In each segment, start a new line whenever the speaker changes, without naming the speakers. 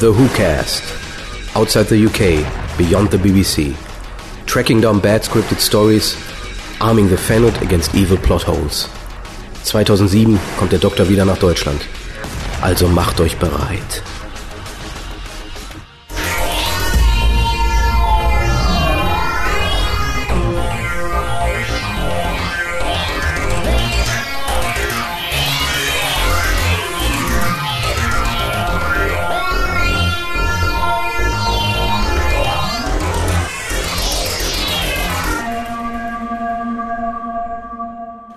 The Who Cast. Outside the UK, beyond the BBC. Tracking down bad scripted stories, arming the fanhood against evil plot holes. 2007 kommt der Doktor wieder nach Deutschland. Also macht euch bereit.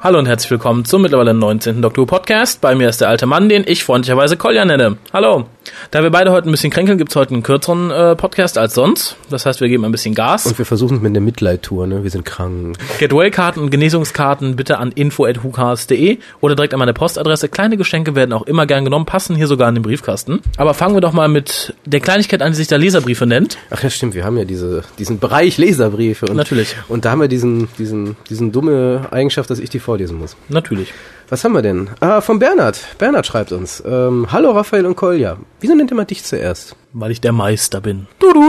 Hallo und herzlich willkommen zum mittlerweile 19. Doktor Who Podcast. Bei mir ist der alte Mann, den ich freundlicherweise Kolja nenne. Hallo. Da wir beide heute ein bisschen kränkeln, gibt's heute einen kürzeren äh, Podcast als sonst. Das heißt, wir geben ein bisschen Gas.
Und wir versuchen es mit einer Mitleidtour, ne? Wir sind krank.
Getaway-Karten und Genesungskarten bitte an info.hukas.de oder direkt an meine Postadresse. Kleine Geschenke werden auch immer gern genommen, passen hier sogar in den Briefkasten. Aber fangen wir doch mal mit der Kleinigkeit an, die sich da Leserbriefe nennt.
Ach ja, stimmt, wir haben ja diese, diesen Bereich Leserbriefe. Und,
Natürlich.
Und da haben wir diesen, diesen, diesen dumme Eigenschaft, dass ich die vorlesen muss.
Natürlich.
Was haben wir denn? Ah, von Bernhard. Bernhard schreibt uns. Ähm, Hallo Raphael und Kolja. Wieso nennt ihr mal dich zuerst?
Weil ich der Meister bin.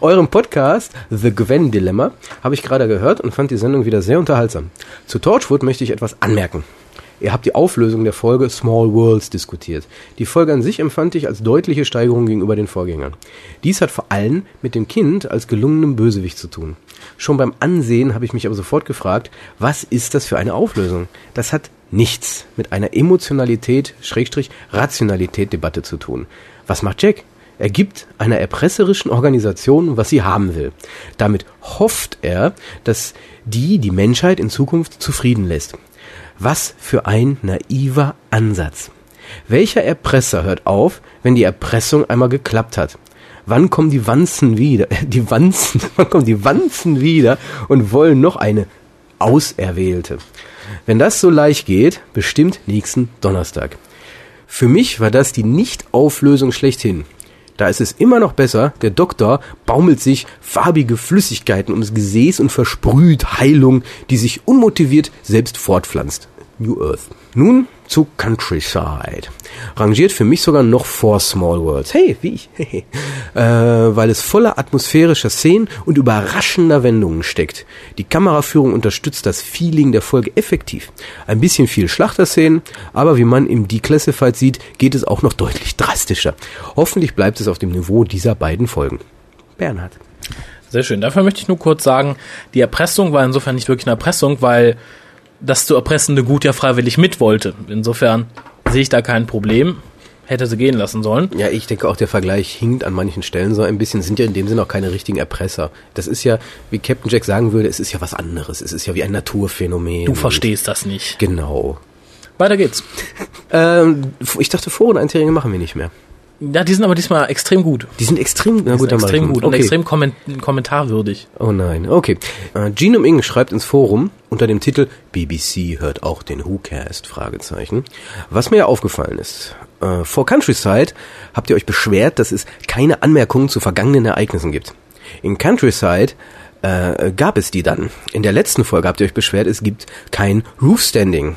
Eurem Podcast The Gwen Dilemma habe ich gerade gehört und fand die Sendung wieder sehr unterhaltsam. Zu Torchwood möchte ich etwas anmerken. Ihr habt die Auflösung der Folge Small Worlds diskutiert. Die Folge an sich empfand ich als deutliche Steigerung gegenüber den Vorgängern. Dies hat vor allem mit dem Kind als gelungenem Bösewicht zu tun. Schon beim Ansehen habe ich mich aber sofort gefragt, was ist das für eine Auflösung? Das hat nichts mit einer Emotionalität, Schrägstrich, Rationalität Debatte zu tun. Was macht Jack? Er gibt einer erpresserischen Organisation, was sie haben will. Damit hofft er, dass die die Menschheit in Zukunft zufrieden lässt. Was für ein naiver Ansatz. Welcher Erpresser hört auf, wenn die Erpressung einmal geklappt hat? Wann kommen die Wanzen wieder? Die Wanzen, wann kommen die Wanzen wieder und wollen noch eine Auserwählte? Wenn das so leicht geht, bestimmt nächsten Donnerstag. Für mich war das die Nicht-Auflösung schlechthin. Da ist es immer noch besser, der Doktor baumelt sich farbige Flüssigkeiten ums Gesäß und versprüht Heilung, die sich unmotiviert selbst fortpflanzt. New Earth. Nun zu Countryside. Rangiert für mich sogar noch vor Small Worlds. Hey, wie ich. äh, weil es voller atmosphärischer Szenen und überraschender Wendungen steckt. Die Kameraführung unterstützt das Feeling der Folge effektiv. Ein bisschen viel Schlachterszenen, aber wie man im Declassified sieht, geht es auch noch deutlich drastischer. Hoffentlich bleibt es auf dem Niveau dieser beiden Folgen. Bernhard.
Sehr schön. Dafür möchte ich nur kurz sagen, die Erpressung war insofern nicht wirklich eine Erpressung, weil das zu erpressende Gut ja freiwillig mit wollte. Insofern sehe ich da kein Problem. Hätte sie gehen lassen sollen.
Ja, ich denke auch, der Vergleich hinkt an manchen Stellen so ein bisschen, sind ja in dem Sinne auch keine richtigen Erpresser. Das ist ja, wie Captain Jack sagen würde, es ist ja was anderes. Es ist ja wie ein Naturphänomen.
Du verstehst das nicht.
Genau.
Weiter geht's.
Ähm, ich dachte, Foreneinträge machen wir nicht mehr.
Ja, die sind aber diesmal extrem gut.
Die sind extrem, na
Die sind
dann mach ich
extrem
mal.
gut und
okay.
extrem komment kommentarwürdig.
Oh nein, okay. Äh, Genome Ing schreibt ins Forum unter dem Titel BBC hört auch den WhoCast? Fragezeichen. Was mir ja aufgefallen ist. Äh, vor Countryside habt ihr euch beschwert, dass es keine Anmerkungen zu vergangenen Ereignissen gibt. In Countryside äh, gab es die dann. In der letzten Folge habt ihr euch beschwert, es gibt kein Roofstanding.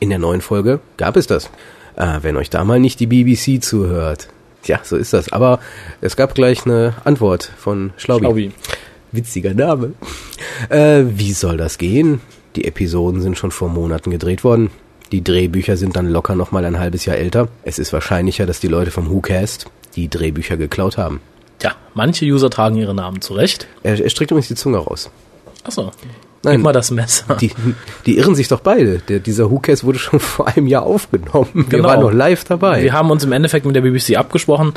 In der neuen Folge gab es das. Äh, wenn euch da mal nicht die BBC zuhört. Tja, so ist das. Aber es gab gleich eine Antwort von Schlaubi.
Schlaubi.
Witziger Name. Äh, wie soll das gehen? Die Episoden sind schon vor Monaten gedreht worden. Die Drehbücher sind dann locker nochmal ein halbes Jahr älter. Es ist wahrscheinlicher, dass die Leute vom WhoCast die Drehbücher geklaut haben.
Tja, manche User tragen ihre Namen zurecht.
Er, er streckt übrigens die Zunge raus.
Achso.
Nein.
Gib mal das Messer.
Die, die irren sich doch beide. Der, dieser WhoCast wurde schon vor einem Jahr aufgenommen. Wir
Genau.
waren noch live dabei.
Wir haben uns im Endeffekt mit der BBC abgesprochen.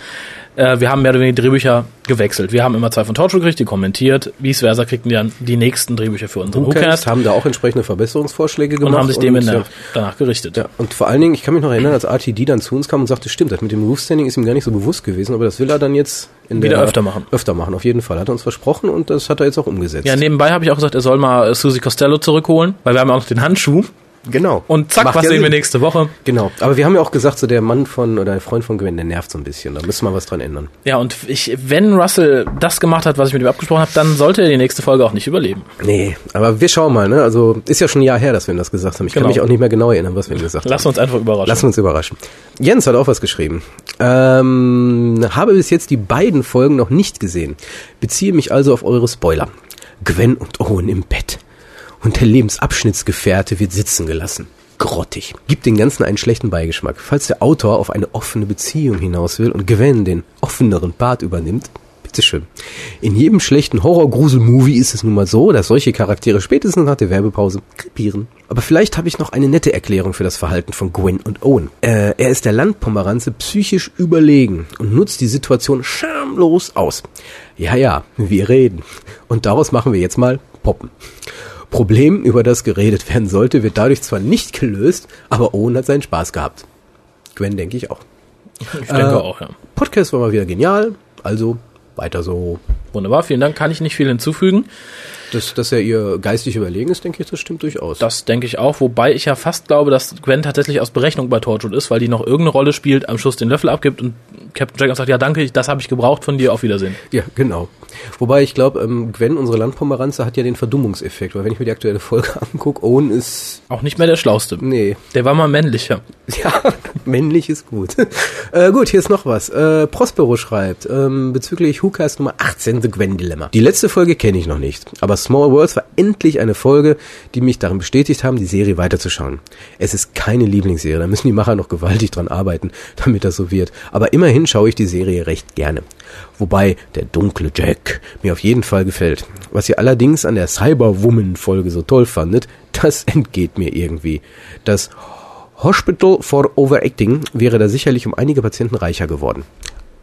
Äh, wir haben mehr oder weniger die Drehbücher gewechselt. Wir haben immer zwei von Torchwood gekriegt, die kommentiert. Vice versa kriegten wir dann die nächsten Drehbücher für unseren WhoCast
WhoCast haben da auch entsprechende Verbesserungsvorschläge gemacht. äh,
und haben sich dem in
ja,
der, danach gerichtet.
Ja, und vor allen Dingen, ich kann mich noch erinnern, als RTD dann zu uns kam und sagte, stimmt, das mit dem Roofstanding ist ihm gar nicht so bewusst gewesen, aber das will er dann jetzt in
Wieder öfter machen.
Öfter machen, auf jeden Fall. Hat er uns versprochen und das hat er jetzt auch umgesetzt.
Ja, ne. nebenbei habe ich auch gesagt, er soll mal äh, Susie Costello zurückholen, weil wir haben ja auch noch den Handschuh.
genau.
Und zack,
Macht
was
ja
sehen wir
Sinn.
nächste Woche?
Genau. Aber wir haben ja auch gesagt, so der Mann von oder der Freund von Gwen, der nervt so ein bisschen. Da müssen wir was dran ändern.
Ja, und ich, wenn Russell das gemacht hat, was ich mit ihm abgesprochen habe, dann sollte er die nächste Folge auch nicht überleben.
Nee, aber wir schauen mal, ne? Also ist ja schon ein Jahr her, dass wir ihm das gesagt haben. Ich
Genau.
kann mich auch nicht mehr genau erinnern, was wir ihm gesagt haben.
Lass uns einfach überraschen.
Lassen wir uns überraschen. Jens hat auch was geschrieben. Ähm, habe bis jetzt die beiden Folgen noch nicht gesehen. Beziehe mich also auf eure Spoiler. Gwen und Owen im Bett. Und der Lebensabschnittsgefährte wird sitzen gelassen. Grottig. Gibt den Ganzen einen schlechten Beigeschmack. Falls der Autor auf eine offene Beziehung hinaus will und Gwen den offeneren Part übernimmt, bitteschön. In jedem schlechten Horror-Grusel-Movie ist es nun mal so, dass solche Charaktere spätestens nach der Werbepause krepieren. Aber vielleicht habe ich noch eine nette Erklärung für das Verhalten von Gwen und Owen. Äh, er ist der Landpomeranze psychisch überlegen und nutzt die Situation schamlos aus. Ja, ja, wir reden. Und daraus machen wir jetzt mal Poppen. Problem, über das geredet werden sollte, wird dadurch zwar nicht gelöst, aber Owen hat seinen Spaß gehabt. Gwen denke ich auch.
Ich denke
Äh,
auch, ja.
Podcast war mal wieder genial, also weiter so.
Wunderbar, vielen Dank. Kann ich nicht viel hinzufügen.
Dass, dass er ihr geistig überlegen ist, denke ich, das stimmt durchaus.
Das denke ich auch, wobei ich ja fast glaube, dass Gwen tatsächlich aus Berechnung bei Torchwood ist, weil die noch irgendeine Rolle spielt, am Schluss den Löffel abgibt und Captain Jack sagt, ja danke, ich- das habe ich gebraucht von dir, auf Wiedersehen.
ja, genau. Wobei ich glaube, ähm, Gwen, unsere Landpomeranze, hat ja den Verdummungseffekt, weil wenn ich mir die aktuelle Folge angucke, Owen ist,
Auch nicht mehr der Schlauste.
nee,
Der war mal männlicher.
ja, männlich ist gut. Äh, gut, hier ist noch was. Äh, Prospero schreibt ähm, bezüglich Hookers Nummer 18, The Gwen Dilemma. Die letzte Folge kenne ich noch nicht, aber Small Worlds war endlich eine Folge, die mich darin bestätigt haben, die Serie weiterzuschauen. Es ist keine Lieblingsserie, da müssen die Macher noch gewaltig dran arbeiten, damit das so wird. Aber immerhin schaue ich die Serie recht gerne. Wobei der dunkle Jack mir auf jeden Fall gefällt. Was ihr allerdings an der Cyberwoman-Folge so toll fandet, das entgeht mir irgendwie. Das Hospital for Overacting wäre da sicherlich um einige Patienten reicher geworden.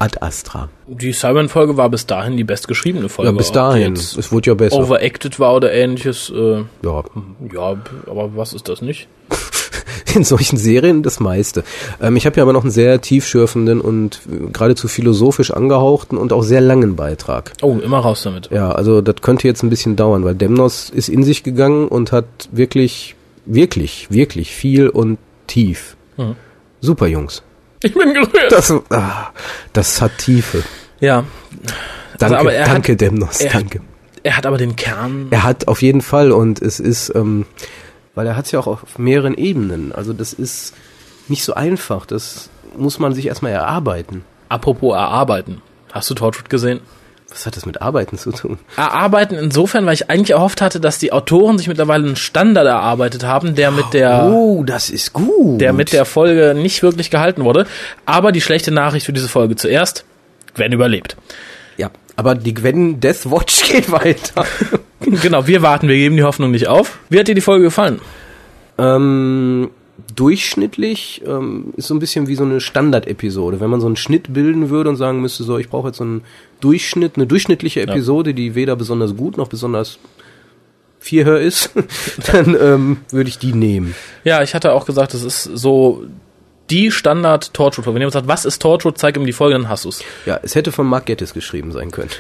Ad Astra.
Die Cyber-Folge war bis dahin die bestgeschriebene Folge.
Ja, bis
Ob
dahin.
die jetzt
Es wurde ja besser.
Overacted war oder ähnliches. Äh,
ja.
ja, b- aber was ist das nicht?
In solchen Serien das meiste. Ähm, ich habe ja aber noch einen sehr tiefschürfenden und äh, geradezu philosophisch angehauchten und auch sehr langen Beitrag.
Oh, immer raus damit.
Ja, also das könnte jetzt ein bisschen dauern, weil Demnos ist in sich gegangen und hat wirklich, wirklich, wirklich viel und tief.
Mhm.
Super Jungs.
Ich bin gerührt.
Das, ah, das hat Tiefe.
Ja,
Danke,
Also aber er hat-
danke Demnos,
er-
danke.
er hat aber den Kern.
Er hat auf jeden Fall und es ist, ähm, weil er hat es ja auch auf mehreren Ebenen. Also das ist nicht so einfach. Das muss man sich erstmal erarbeiten.
Apropos erarbeiten. Hast du Torchwood gesehen?
Was hat das mit Arbeiten zu tun?
erarbeiten insofern, weil ich eigentlich erhofft hatte, dass die Autoren sich mittlerweile einen Standard erarbeitet haben, der mit der
Oh, das ist gut.
der mit der Folge nicht wirklich gehalten wurde. Aber die schlechte Nachricht für diese Folge zuerst: Gwen überlebt.
Ja, aber die Gwen Death Watch geht weiter.
genau, wir warten, wir geben die Hoffnung nicht auf. Wie hat dir die Folge gefallen?
ähm, durchschnittlich ähm, ist so ein bisschen wie so eine Standard-Episode. Wenn man so einen Schnitt bilden würde und sagen müsste, so, ich brauche jetzt so einen Durchschnitt, eine durchschnittliche Episode, die weder besonders gut noch besonders vierhör ist, dann ähm, würde ich die nehmen.
Ja, ich hatte auch gesagt, das ist so die Standard Torchwood. Wenn jemand sagt, was ist Torchwood, zeig ihm die Folge, dann hast du's.
Ja, es hätte von Mark Gettis geschrieben sein können.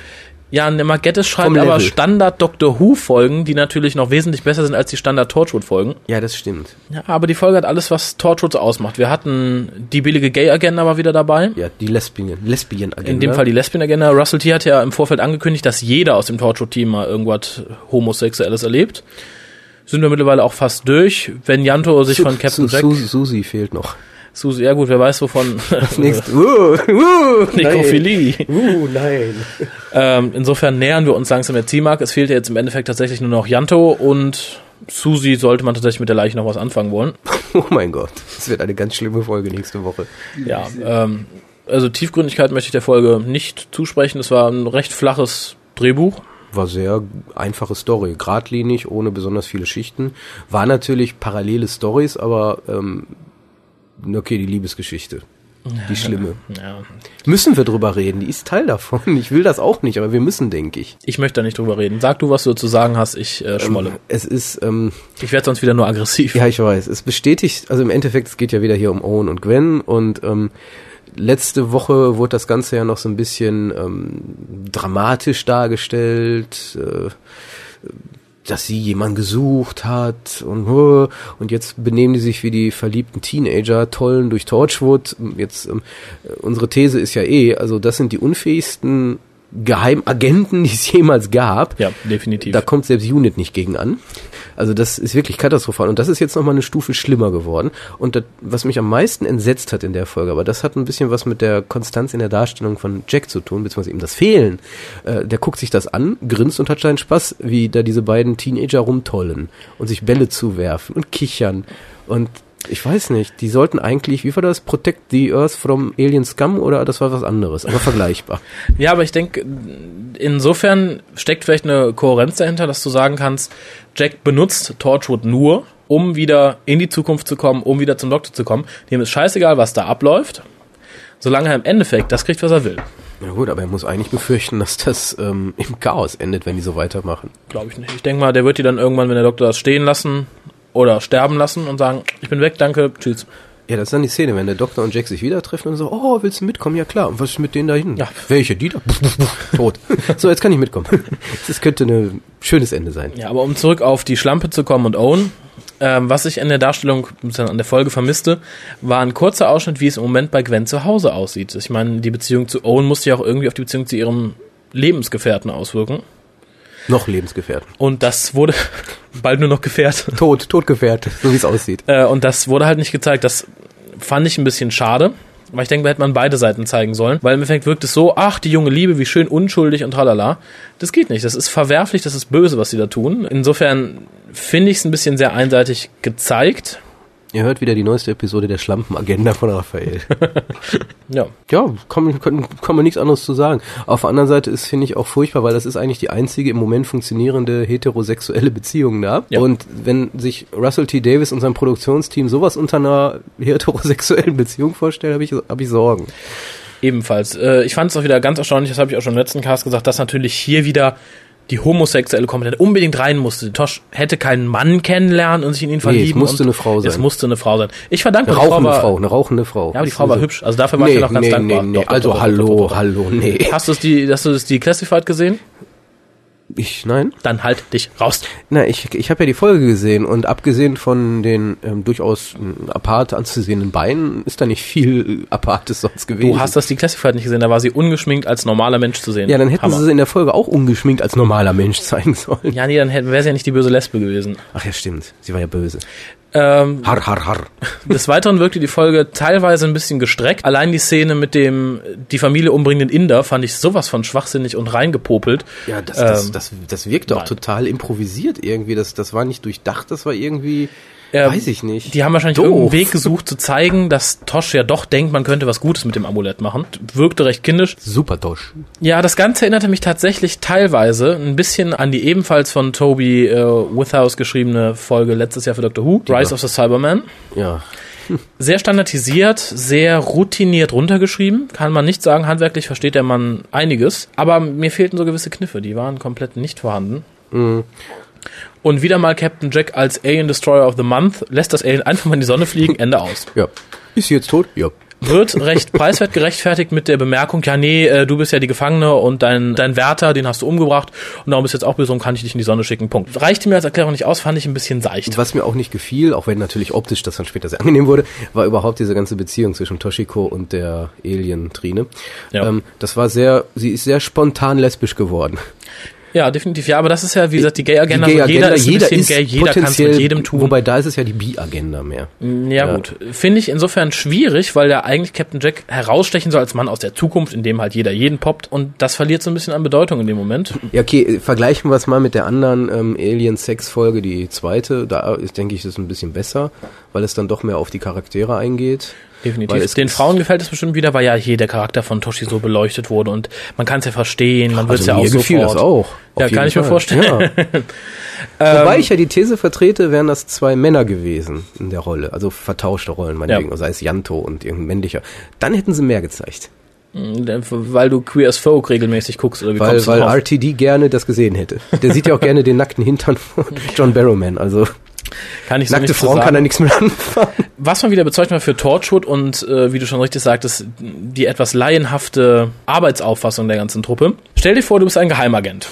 Ja, Nemagettes schreibt
Vom
aber
Level.
Standard Doctor Who Folgen, die natürlich noch wesentlich besser sind als die Standard Torchwood Folgen.
Ja, das stimmt.
Ja, aber die Folge hat alles, was Torchwood so ausmacht. Wir hatten die billige Gay-Agenda mal wieder dabei.
Ja, die Lesbien, Lesbien Agenda.
In dem Fall die Lesbian-Agenda. Russell T. hat ja im Vorfeld angekündigt, dass jeder aus dem Torchwood-Team mal irgendwas Homosexuelles erlebt. Sind wir mittlerweile auch fast durch. Wenn Janto sich von Captain Jack... Äh.
Su Susi fehlt noch.
Susi, ja gut, wer weiß wovon...
Nächst, uh, uh,
Nekrophilie.
Nein. Uh, nein.
Ähm, insofern nähern wir uns langsam der Zielmark. Es fehlt ja jetzt im Endeffekt tatsächlich nur noch Janto und Susi sollte man tatsächlich mit der Leiche noch was anfangen wollen.
Oh mein Gott. Das wird eine ganz schlimme Folge nächste Woche.
Ja, ähm, also Tiefgründigkeit möchte ich der Folge nicht zusprechen. Es war ein recht flaches Drehbuch.
War sehr einfache Story, geradlinig, ohne besonders viele Schichten. War natürlich parallele Stories, aber ähm, okay, die Liebesgeschichte. Die schlimme.
Ja.
Müssen wir drüber reden, die ist Teil davon. Ich will das auch nicht, aber wir müssen, denke ich.
Ich möchte da nicht drüber reden. Sag du, was du zu sagen hast. Ich äh, schmolle.
Es ist, ähm,
Ich werde sonst wieder nur aggressiv.
Ja, ich weiß. Es bestätigt, also im Endeffekt, es geht ja wieder hier um Owen und Gwen und ähm, letzte Woche wurde das Ganze ja noch so ein bisschen ähm, dramatisch dargestellt, äh, dass sie jemanden gesucht hat und äh, und jetzt benehmen die sich wie die verliebten Teenager, tollen durch Torchwood. Jetzt ähm, unsere These ist ja eh, also das sind die unfähigsten Geheimagenten, die es jemals gab.
Ja, definitiv.
Da kommt selbst Unit nicht gegen an. Also das ist wirklich katastrophal. Und das ist jetzt nochmal eine Stufe schlimmer geworden. Und das, was mich am meisten entsetzt hat in der Folge, aber das hat ein bisschen was mit der Konstanz in der Darstellung von Jack zu tun, beziehungsweise eben das Fehlen. Äh, der guckt sich das an, grinst und hat seinen Spaß, wie da diese beiden Teenager rumtollen und sich Bälle zuwerfen und kichern. Und ich weiß nicht, die sollten eigentlich, wie war das, Protect the Earth from Alien Scum oder das war was anderes, aber vergleichbar.
Ja, aber ich denke, insofern steckt vielleicht eine Kohärenz dahinter, dass du sagen kannst, Jack benutzt Torchwood nur, um wieder in die Zukunft zu kommen, um wieder zum Doktor zu kommen. Dem ist scheißegal, was da abläuft, solange er im Endeffekt das kriegt, was er will.
Na gut, aber er muss eigentlich befürchten, dass das ähm, im Chaos endet, wenn die so weitermachen.
Glaube ich nicht. Ich denke mal, der wird die dann irgendwann, wenn der Doktor das stehen lassen oder sterben lassen und sagen, ich bin weg, danke, tschüss.
Ja, das ist dann die Szene, wenn der Doktor und Jack sich wieder treffen und so, oh, willst du mitkommen? Ja klar, und was ist mit denen da hinten?
Ja.
Welche? Die da? Tot. So, jetzt kann ich mitkommen. Das könnte ein schönes Ende sein.
Ja, aber um zurück auf die Schlampe zu kommen und Owen, ähm, was ich in der Darstellung, beziehungsweise an der Folge vermisste, war ein kurzer Ausschnitt, wie es im Moment bei Gwen zu Hause aussieht. Ich meine, die Beziehung zu Owen musste ja auch irgendwie auf die Beziehung zu ihrem Lebensgefährten auswirken.
Noch lebensgefährden.
Und das wurde bald nur noch gefährdet.
Tot, totgefährdet, so wie es aussieht.
Äh, und das wurde halt nicht gezeigt. Das fand ich ein bisschen schade. Weil ich denke, da hätte man beide Seiten zeigen sollen. Weil im Endeffekt wirkt es so, ach, die junge Liebe, wie schön unschuldig und tralala. Das geht nicht. Das ist verwerflich, das ist böse, was sie da tun. Insofern finde ich es ein bisschen sehr einseitig gezeigt.
Ihr hört wieder die neueste Episode der Schlampenagenda von Raphael.
Ja.
ja, kann, kann, kann man nichts anderes zu sagen. Auf der anderen Seite ist, finde ich, auch furchtbar, weil das ist eigentlich die einzige im Moment funktionierende heterosexuelle Beziehung da.
Ja.
Und wenn sich Russell T. Davis und sein Produktionsteam sowas unter einer heterosexuellen Beziehung vorstellen, habe ich, hab ich Sorgen.
Ebenfalls. Äh, ich fand es auch wieder ganz erstaunlich, das habe ich auch schon im letzten Cast gesagt, dass natürlich hier wieder die homosexuelle Komponente unbedingt rein musste. Tosh hätte keinen Mann kennenlernen und sich in ihn verlieben.
musste
und
eine Frau sein.
Es musste eine Frau sein. Ich verdanke
Eine
der
rauchende
war-
Frau, eine rauchende Frau.
Ja, aber die Frau war hübsch. Also dafür war ich ja noch ganz
nee,
dankbar.
Nee, nee.
Doch, doch,
also
doch, doch,
hallo,
doch, doch, doch.
hallo, nee.
Hast du es die, hast du es die Classified gesehen?
Ich, nein?
Dann halt dich raus.
Na, ich, ich habe ja die Folge gesehen und abgesehen von den ähm, durchaus ähm, apart anzusehenden Beinen ist da nicht viel äh, Apartes sonst gewesen.
Du hast das die Classified nicht gesehen, da war sie ungeschminkt als normaler Mensch zu sehen.
ja, dann hätten
Hammer.
sie sie in der Folge auch ungeschminkt als normaler Mensch zeigen sollen.
Ja, nee, dann hätten- wäre sie ja nicht die böse Lesbe gewesen.
Ach ja, stimmt. Sie war ja böse.
Ähm,
Har, har, har.
des Weiteren wirkte die Folge teilweise ein bisschen gestreckt. Allein die Szene mit dem äh, die Familie umbringenden Inder fand ich sowas von schwachsinnig und reingepopelt.
Ja, das, das,
Ähm,
das, das wirkte auch
nein.
total improvisiert irgendwie. Das, das war nicht durchdacht, das war irgendwie,
Ähm,
weiß ich nicht.
Die haben wahrscheinlich
Doof.
irgendeinen Weg gesucht zu zeigen, dass Tosh ja doch denkt, man könnte was Gutes mit dem Amulett machen. Wirkte recht kindisch.
Super Tosch.
Ja, das Ganze erinnerte mich tatsächlich teilweise ein bisschen an die ebenfalls von Toby äh, Withhouse geschriebene Folge letztes Jahr für Doctor Who, Rise of the Cyberman.
Ja.
Sehr standardisiert, sehr routiniert runtergeschrieben. Kann man nicht sagen, handwerklich versteht der Mann einiges. Aber mir fehlten so gewisse Kniffe, die waren komplett nicht vorhanden. Und wieder mal Captain Jack als Alien Destroyer of the Month lässt das Alien einfach mal in die Sonne fliegen, Ende aus.
Ja. Ist sie jetzt tot? Ja.
wird recht preiswert gerechtfertigt mit der Bemerkung, ja nee, äh, du bist ja die Gefangene und dein, dein Wärter, den hast du umgebracht und darum bist du jetzt auch böse und kann ich dich in die Sonne schicken. Punkt. Reichte mir als Erklärung nicht aus, fand ich ein bisschen seicht.
Was mir auch nicht gefiel, auch wenn natürlich optisch das dann später sehr angenehm wurde, war überhaupt diese ganze Beziehung zwischen Toshiko und der Alien-Trine.
Ja.
Ähm, das war sehr, sie ist sehr spontan lesbisch geworden.
Ja, definitiv. Ja, aber das ist ja, wie gesagt, die Gay-Agenda.
Die
so jeder
Gay-Agenda,
ist ein bisschen gay, jeder kann es mit
potenziell-
jedem tun.
Wobei da ist es ja die Bi-Agenda mehr.
Ja,
Ja.
gut. Finde ich insofern schwierig, weil ja eigentlich Captain Jack herausstechen soll als Mann aus der Zukunft, in dem halt jeder jeden poppt und das verliert so ein bisschen an Bedeutung in dem Moment.
Ja, okay, äh, vergleichen wir es mal mit der anderen ähm, Alien-Sex-Folge, die zweite. Da ist, denke ich, das ein bisschen besser, weil es dann doch mehr auf die Charaktere eingeht. Weil
Definitiv.
es-
Den Frauen gefällt es bestimmt wieder, weil ja hier der Charakter von Toshi so beleuchtet wurde und man kann es ja verstehen, man wird es
Also
ja auch
mir gefiel
sofort.
das auch.
Ja,
Auf
kann
jeden
ich mir vorstellen. Ähm,
Ja. Wobei ich ja die These vertrete, wären das zwei Männer gewesen in der Rolle. Also vertauschte Rollen, meinetwegen.
Ja.
Sei es Janto und irgendein männlicher. Dann hätten sie mehr gezeigt.
Weil du Queer as Folk regelmäßig guckst oder wie
Weil,
kommst du
weil
drauf?
RTD gerne das gesehen hätte. Der sieht ja auch gerne den nackten Hintern von John Barrowman. Also
kann ich so
nackte
nichts zu
Frauen kann
sagen.
er nichts mehr anfangen.
Was man wieder bezeugt war für Torchwood und äh, wie du schon richtig sagtest, die etwas laienhafte Arbeitsauffassung der ganzen Truppe. Stell dir vor, du bist ein Geheimagent.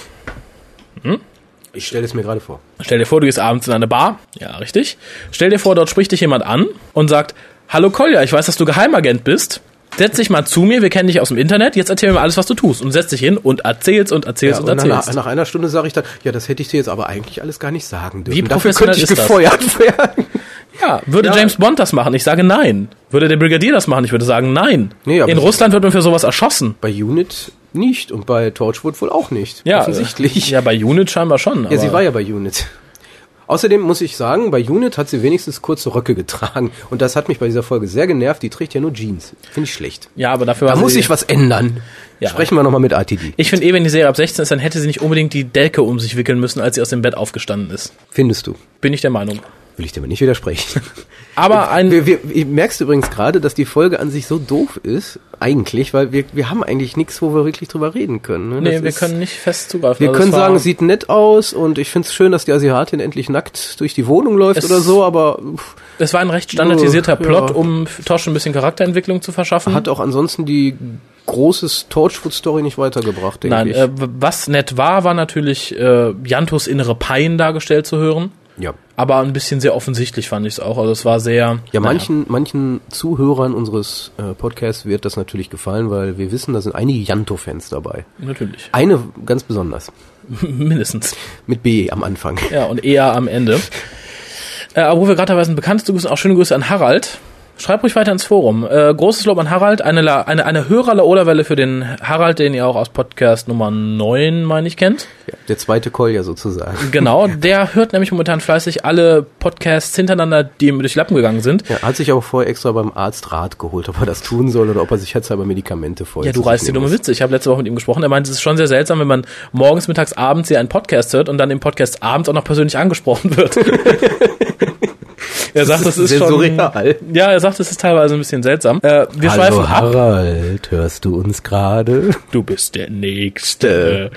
Ich stelle es mir gerade vor.
Stell dir vor, du gehst abends in eine Bar. Ja, richtig. Stell dir vor, dort spricht dich jemand an und sagt, Hallo Kolja, ich weiß, dass du Geheimagent bist. setz dich mal zu mir, wir kennen dich aus dem Internet, jetzt erzähl mir mal alles, was du tust. Und setz dich hin und erzählst und erzählst
Ja,
und
und
erzählst.
nach, nach einer Stunde sage ich dann, ja, das hätte ich dir jetzt aber eigentlich alles gar nicht sagen dürfen.
Wie
Dafür
professionell
könnte ich
ist das?
gefeuert werden.
Ja, würde
Ja.
James Bond das machen? Ich sage nein. Würde der Brigadier das machen? Ich würde sagen nein.
Nee, aber
In
das-
Russland wird man für sowas erschossen.
Bei Unit nicht und bei Torchwood wohl auch nicht.
Ja,
offensichtlich.
Ja, bei Unit scheinbar schon.
Ja, sie war ja bei Unit. Außerdem muss ich sagen, bei Unit hat sie wenigstens kurze Röcke getragen. Und das hat mich bei dieser Folge sehr genervt. Die trägt ja nur Jeans. Finde ich schlecht.
ja, aber dafür
Da
war
muss
sie,
ich was ändern.
Also Ja.
Sprechen wir nochmal mit RTD.
Ich finde eh, wenn die Serie ab 16 ist, dann hätte sie nicht unbedingt die Decke um sich wickeln müssen, als sie aus dem Bett aufgestanden ist.
Findest du?
Bin ich der Meinung.
Will ich dir mal nicht widersprechen.
Aber ein,
Wir, wir, ihr merkst übrigens gerade, dass die Folge an sich so doof ist, eigentlich, weil wir, wir haben eigentlich nichts, wo wir wirklich drüber reden können. Ne?
nee,
Das
wir
ist-
können nicht fest zugreifen.
Wir
Also
können
es war-
sagen, es sieht nett aus und ich finde es schön, dass die Asiatin endlich nackt durch die Wohnung läuft
Es-
oder so, aber pff,
es war ein recht standardisierter
Oh, Ja.
Plot, um Tosh ein bisschen Charakterentwicklung zu verschaffen.
hat auch ansonsten die großes Torchwood-Story nicht weitergebracht, denke
Nein,
ich.
äh, w- was nett war, war natürlich äh, Jantos innere Pein dargestellt zu hören.
ja.
Aber ein bisschen sehr offensichtlich fand ich es auch. Also es war sehr.
Ja,
naja.
manchen, manchen Zuhörern unseres äh, Podcasts wird das natürlich gefallen, weil wir wissen, da sind einige Janto-Fans dabei.
Natürlich.
Eine ganz besonders.
Mindestens.
Mit B am Anfang.
Ja, und eher am Ende. Äh, aber wo wir gerade dabei sind, bekannt zu grüßen, auch schöne Grüße an Harald. Schreib ruhig weiter ins Forum. Äh, großes Lob an Harald. Eine, La- eine, eine Hörer-Laola-Welle für den Harald, den ihr auch aus Podcast Nummer 9, meine ich, kennt.
Ja, der zweite Kolja sozusagen.
Genau, der hört nämlich momentan fleißig alle Podcasts hintereinander, die ihm durch die Lappen gegangen sind.
Ja, hat sich aber vorher extra beim Arzt Rat geholt, ob er das tun soll oder ob er sich jetzt selber Medikamente voll.
Ja, du reißt die dumme Witze. Ich habe letzte Woche mit ihm gesprochen. Er meinte, es ist schon sehr seltsam, wenn man morgens, mittags, abends hier einen Podcast hört und dann im Podcast abends auch noch persönlich angesprochen wird. er sagt, das ist,
sehr
schon.
surreal.
Ja, er sagt, es ist teilweise ein bisschen seltsam. Äh, wir schweifen
Hallo
ab.
Also, Harald, hörst du uns gerade?
Du bist der Nächste.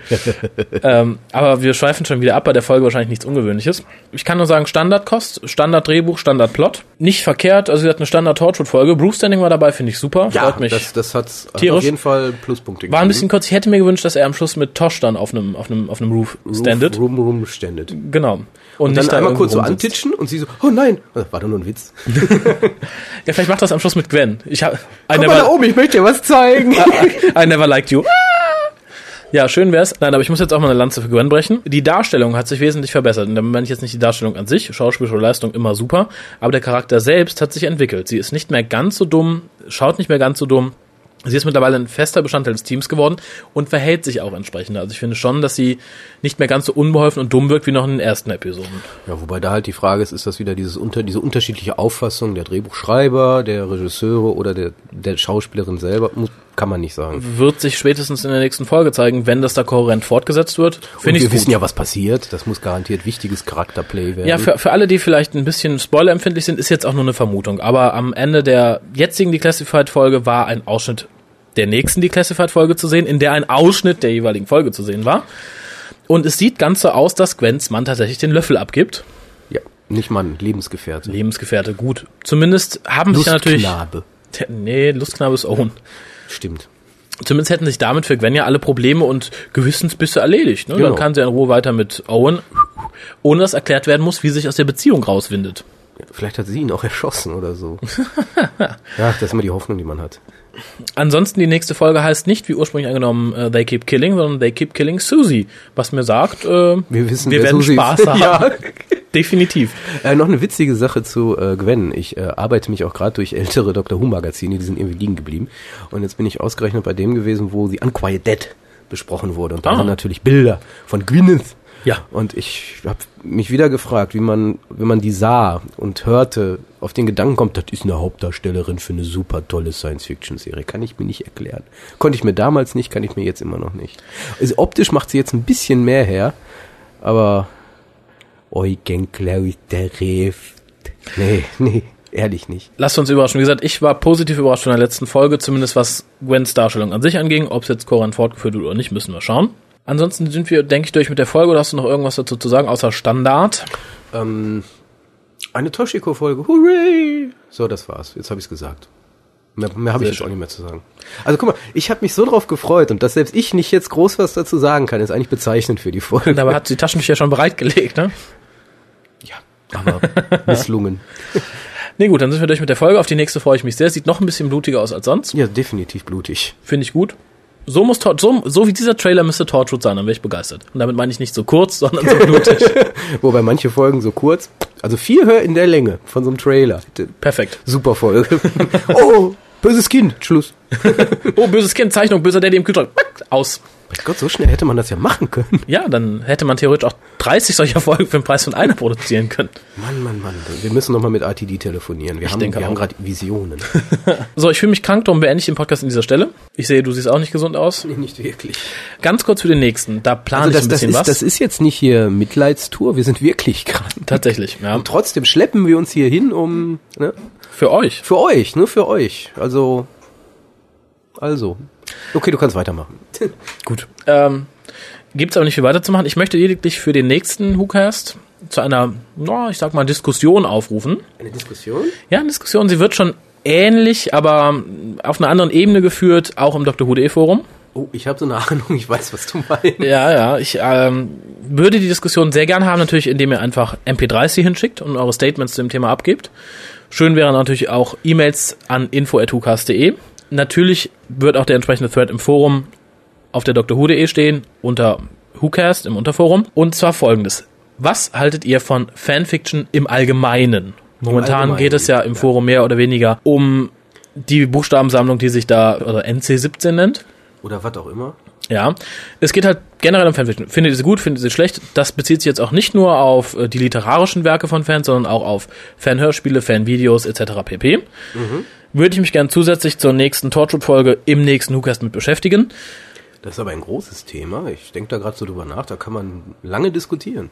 ähm, aber wir schweifen schon wieder ab. Bei der Folge wahrscheinlich nichts Ungewöhnliches. Ich kann nur sagen, Standardkost, Standarddrehbuch, Standardplot. Nicht verkehrt. Also, sie hat eine Standard-Torchwood-Folge. Bruce Standing war dabei, finde ich super. Freut mich.
Das, das hat's hat
Tierisch.
auf jeden Fall Pluspunkte
War ein bisschen kurz. Ich hätte mir gewünscht, dass er am Schluss mit Tosh dann auf einem, auf einem, auf einem Roof standet.
Room, room, standet.
Genau. Und,
Dann
da
einmal kurz so
irgendwo rumsitzt.
antitschen und sie so, oh nein, war doch nur ein Witz.
Ja, vielleicht macht das am Schluss mit Gwen. Ich hab, I
Guck mal da
never,
oben, ich möchte dir was zeigen.
I never liked you. Ah! Ja, schön wär's. Nein, aber ich muss jetzt auch mal eine Lanze für Gwen brechen. Die Darstellung hat sich wesentlich verbessert. Und damit meine ich jetzt nicht die Darstellung an sich, schauspielische Leistung immer super, aber der Charakter selbst hat sich entwickelt. Sie ist nicht mehr ganz so dumm, schaut nicht mehr ganz so dumm. Sie ist mittlerweile ein fester Bestandteil des Teams geworden und verhält sich auch entsprechend. Also ich finde schon, dass sie nicht mehr ganz so unbeholfen und dumm wirkt wie noch in den ersten Episoden.
ja, wobei da halt die Frage ist, ist das wieder dieses unter, diese unterschiedliche Auffassung der Drehbuchschreiber, der Regisseure oder der, der Schauspielerin selber, muss, kann man nicht sagen.
wird sich spätestens in der nächsten Folge zeigen, wenn das da kohärent fortgesetzt wird.
Und
Finde
wir
ich gut.
wissen ja, was passiert. Das muss garantiert wichtiges Charakterplay werden.
Ja, für, für alle, die vielleicht ein bisschen spoilerempfindlich sind, ist jetzt auch nur eine Vermutung. Aber am Ende der jetzigen Declassified-Folge war ein Ausschnitt der nächsten Declassified-Folge zu sehen, in der ein Ausschnitt der jeweiligen Folge zu sehen war. Und es sieht ganz so aus, dass Gwens Mann tatsächlich den Löffel abgibt.
ja nicht Mann, Lebensgefährte.
Lebensgefährte, gut. Zumindest haben sich ja natürlich...
Lustknabe.
Der- Nee, Lustknabe ist Owen.
Stimmt.
Zumindest hätten sich damit für Gwen ja alle Probleme und Gewissensbisse erledigt. Ne?
Genau.
Dann kann sie in Ruhe weiter mit Owen, ohne dass erklärt werden muss, wie sie sich aus der Beziehung rauswindet.
Vielleicht hat sie ihn auch erschossen oder so. ja, das ist immer die Hoffnung, die man hat.
Ansonsten die nächste Folge heißt nicht, wie ursprünglich angenommen, äh, They Keep Killing, sondern They Keep Killing Susie. Was mir sagt, äh,
Wir wissen,
wir
wer
werden
Susi ist.
Spaß haben.
Ja.
Definitiv.
Äh, noch eine witzige Sache zu äh, Gwen. Ich äh, arbeite mich auch gerade durch ältere Dr. Who-Magazine, die sind irgendwie liegen geblieben. Und jetzt bin ich ausgerechnet bei dem gewesen, wo die Unquiet Dead besprochen wurde. Und da
Ah.
waren natürlich Bilder von Gwyneth.
Ja.
Und ich habe mich wieder gefragt, wie man, wenn man die sah und hörte, auf den Gedanken kommt, das ist eine Hauptdarstellerin für eine super tolle Science-Fiction-Serie. Kann ich mir nicht erklären. Konnte ich mir damals nicht, kann ich mir jetzt immer noch nicht. Also optisch macht sie jetzt ein bisschen mehr her, aber Eugen Clary, der Reft. Nee, nee, ehrlich nicht.
Lasst uns überraschen. Wie gesagt, ich war positiv überrascht von der letzten Folge, zumindest was Gwens Darstellung an sich anging. Ob es jetzt Koran fortgeführt wird oder nicht, müssen wir schauen. Ansonsten sind wir, denke ich, durch mit der Folge. Oder hast du noch irgendwas dazu zu sagen, außer Standard?
Ähm, eine Toshiko-Folge, hooray! So, das war's. Jetzt habe ich's gesagt. Mehr, mehr habe ich
Sehr
jetzt
schön.
auch nicht mehr zu sagen. Also guck mal, ich habe mich so drauf gefreut und dass selbst ich nicht jetzt groß was dazu sagen kann, ist eigentlich bezeichnend für die Folge.
Dabei hat sie die Taschentücher schon bereitgelegt, ne?
ja, aber misslungen.
Nee, gut, dann sind wir durch mit der Folge. Auf die nächste freue ich mich sehr. Sieht noch ein bisschen blutiger aus als sonst.
Ja, definitiv blutig.
Finde ich gut. So muss Tor- so, so wie dieser Trailer müsste Torchwood sein, dann wäre ich begeistert. Und damit meine ich nicht so kurz, sondern so blutig.
Wobei manche Folgen so kurz, also viel höher in der Länge von so einem Trailer. D-
Perfekt.
Super Folge. oh, böses Kind. Schluss.
Oh, böses Kind, Zeichnung, böser Daddy im Kühlschrank. Pack, Aus.
Mein Gott, so schnell hätte man das ja machen können.
Ja, dann hätte man theoretisch auch 30 solcher Folgen für den Preis von einer produzieren können.
Mann, Mann, Mann. Wir müssen nochmal mit RTD telefonieren. Wir haben,
denke
wir haben
auch.
gerade Visionen.
So, ich fühle mich krank, darum beende ich den Podcast an dieser Stelle. Ich sehe, du siehst auch nicht gesund aus.
Nee, nicht wirklich.
Ganz kurz für den nächsten. Da plane
Also das,
ich ein
das,
bisschen
ist,
was.
das ist jetzt nicht hier Mitleidstour. Wir sind wirklich krank.
Tatsächlich, ja.
Trotzdem schleppen wir uns hier hin, um, ne?
Für euch.
Für euch, nur für euch. Also, also. Okay, du kannst weitermachen.
Gut. Ähm, Gibt es aber nicht viel weiterzumachen. Ich möchte lediglich für den nächsten WhoCast zu einer, na, ich sag mal, Diskussion aufrufen.
Eine Diskussion?
Ja, eine Diskussion, sie wird schon ähnlich, aber ähm, auf einer anderen Ebene geführt, auch im Dr. Hude Forum.
Oh, ich habe so eine Ahnung, ich weiß, was du meinst.
Ja, ja, ich ähm, würde die Diskussion sehr gern haben, natürlich, indem ihr einfach MP3s hier hinschickt und eure Statements zu dem Thema abgebt. Schön wären natürlich auch E-Mails an info.hucast.de. Natürlich wird auch der entsprechende Thread im Forum auf der drhu.de stehen, unter WhoCast im Unterforum. Und zwar folgendes. Was haltet ihr von Fanfiction im Allgemeinen? Momentan
Allgemeinen,
geht es ja im
ja.
Forum mehr oder weniger um die Buchstabensammlung, die sich da, oder NC17 nennt.
Oder was auch immer.
Ja, es geht halt generell um Fanfiction. Findet ihr sie gut, findet ihr sie schlecht? Das bezieht sich jetzt auch nicht nur auf äh, die literarischen Werke von Fans, sondern auch auf Fanhörspiele, Fanvideos etc. pp. Würde ich mich gern zusätzlich zur nächsten Torchwood-Folge im nächsten WhoCast mit beschäftigen.
Das ist aber ein großes Thema. Ich denke da gerade so drüber nach. Da kann man lange diskutieren.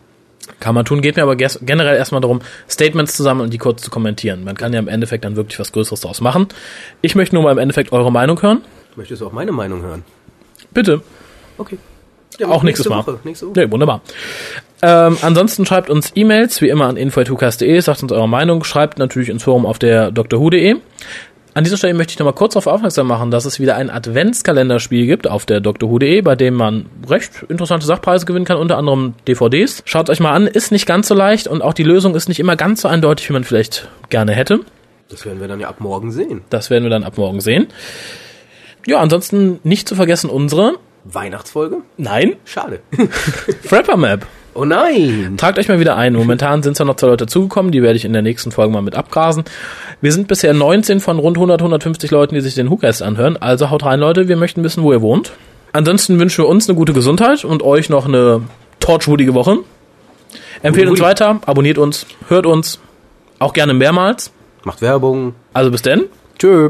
Kann man tun, geht mir aber ges- generell erstmal darum, Statements zu sammeln und die kurz zu kommentieren. Man kann ja im Endeffekt dann wirklich was Größeres draus machen. Ich möchte nur mal im Endeffekt eure Meinung hören.
Möchtest du auch meine Meinung hören?
Bitte.
Okay. Ja,
Auch nächstes
nächste
Mal.
Woche, nächste Woche.
Nee, wunderbar. Ähm, ansonsten schreibt uns E-Mails, wie immer an info.hukas.de, e, sagt uns eure Meinung, schreibt natürlich ins Forum auf der drhu.de. e. An dieser Stelle möchte ich nochmal kurz darauf aufmerksam machen, dass es wieder ein Adventskalenderspiel gibt auf der drhu.de, e, bei dem man recht interessante Sachpreise gewinnen kann, unter anderem DVDs. Schaut euch mal an, ist nicht ganz so leicht und auch die Lösung ist nicht immer ganz so eindeutig, wie man vielleicht gerne hätte.
Das werden wir dann ja ab morgen sehen.
Das werden wir dann ab morgen sehen. Ja, ansonsten nicht zu vergessen unsere,
Weihnachtsfolge?
nein,
Schade.
Frapper Map.
Oh nein!
Tragt euch mal wieder ein. Momentan sind zwar noch zwei Leute zugekommen, die werde ich in der nächsten Folge mal mit abgrasen. Wir sind bisher 19 von rund 100, 150 Leuten, die sich den Hookast anhören. Also haut rein, Leute. Wir möchten wissen, wo ihr wohnt. Ansonsten wünschen wir uns eine gute Gesundheit und euch noch eine torchwoodige Woche. Empfehlt uns
Ui.
weiter, abonniert uns, hört uns. Auch gerne mehrmals.
Macht Werbung.
Also bis denn.
Tschö.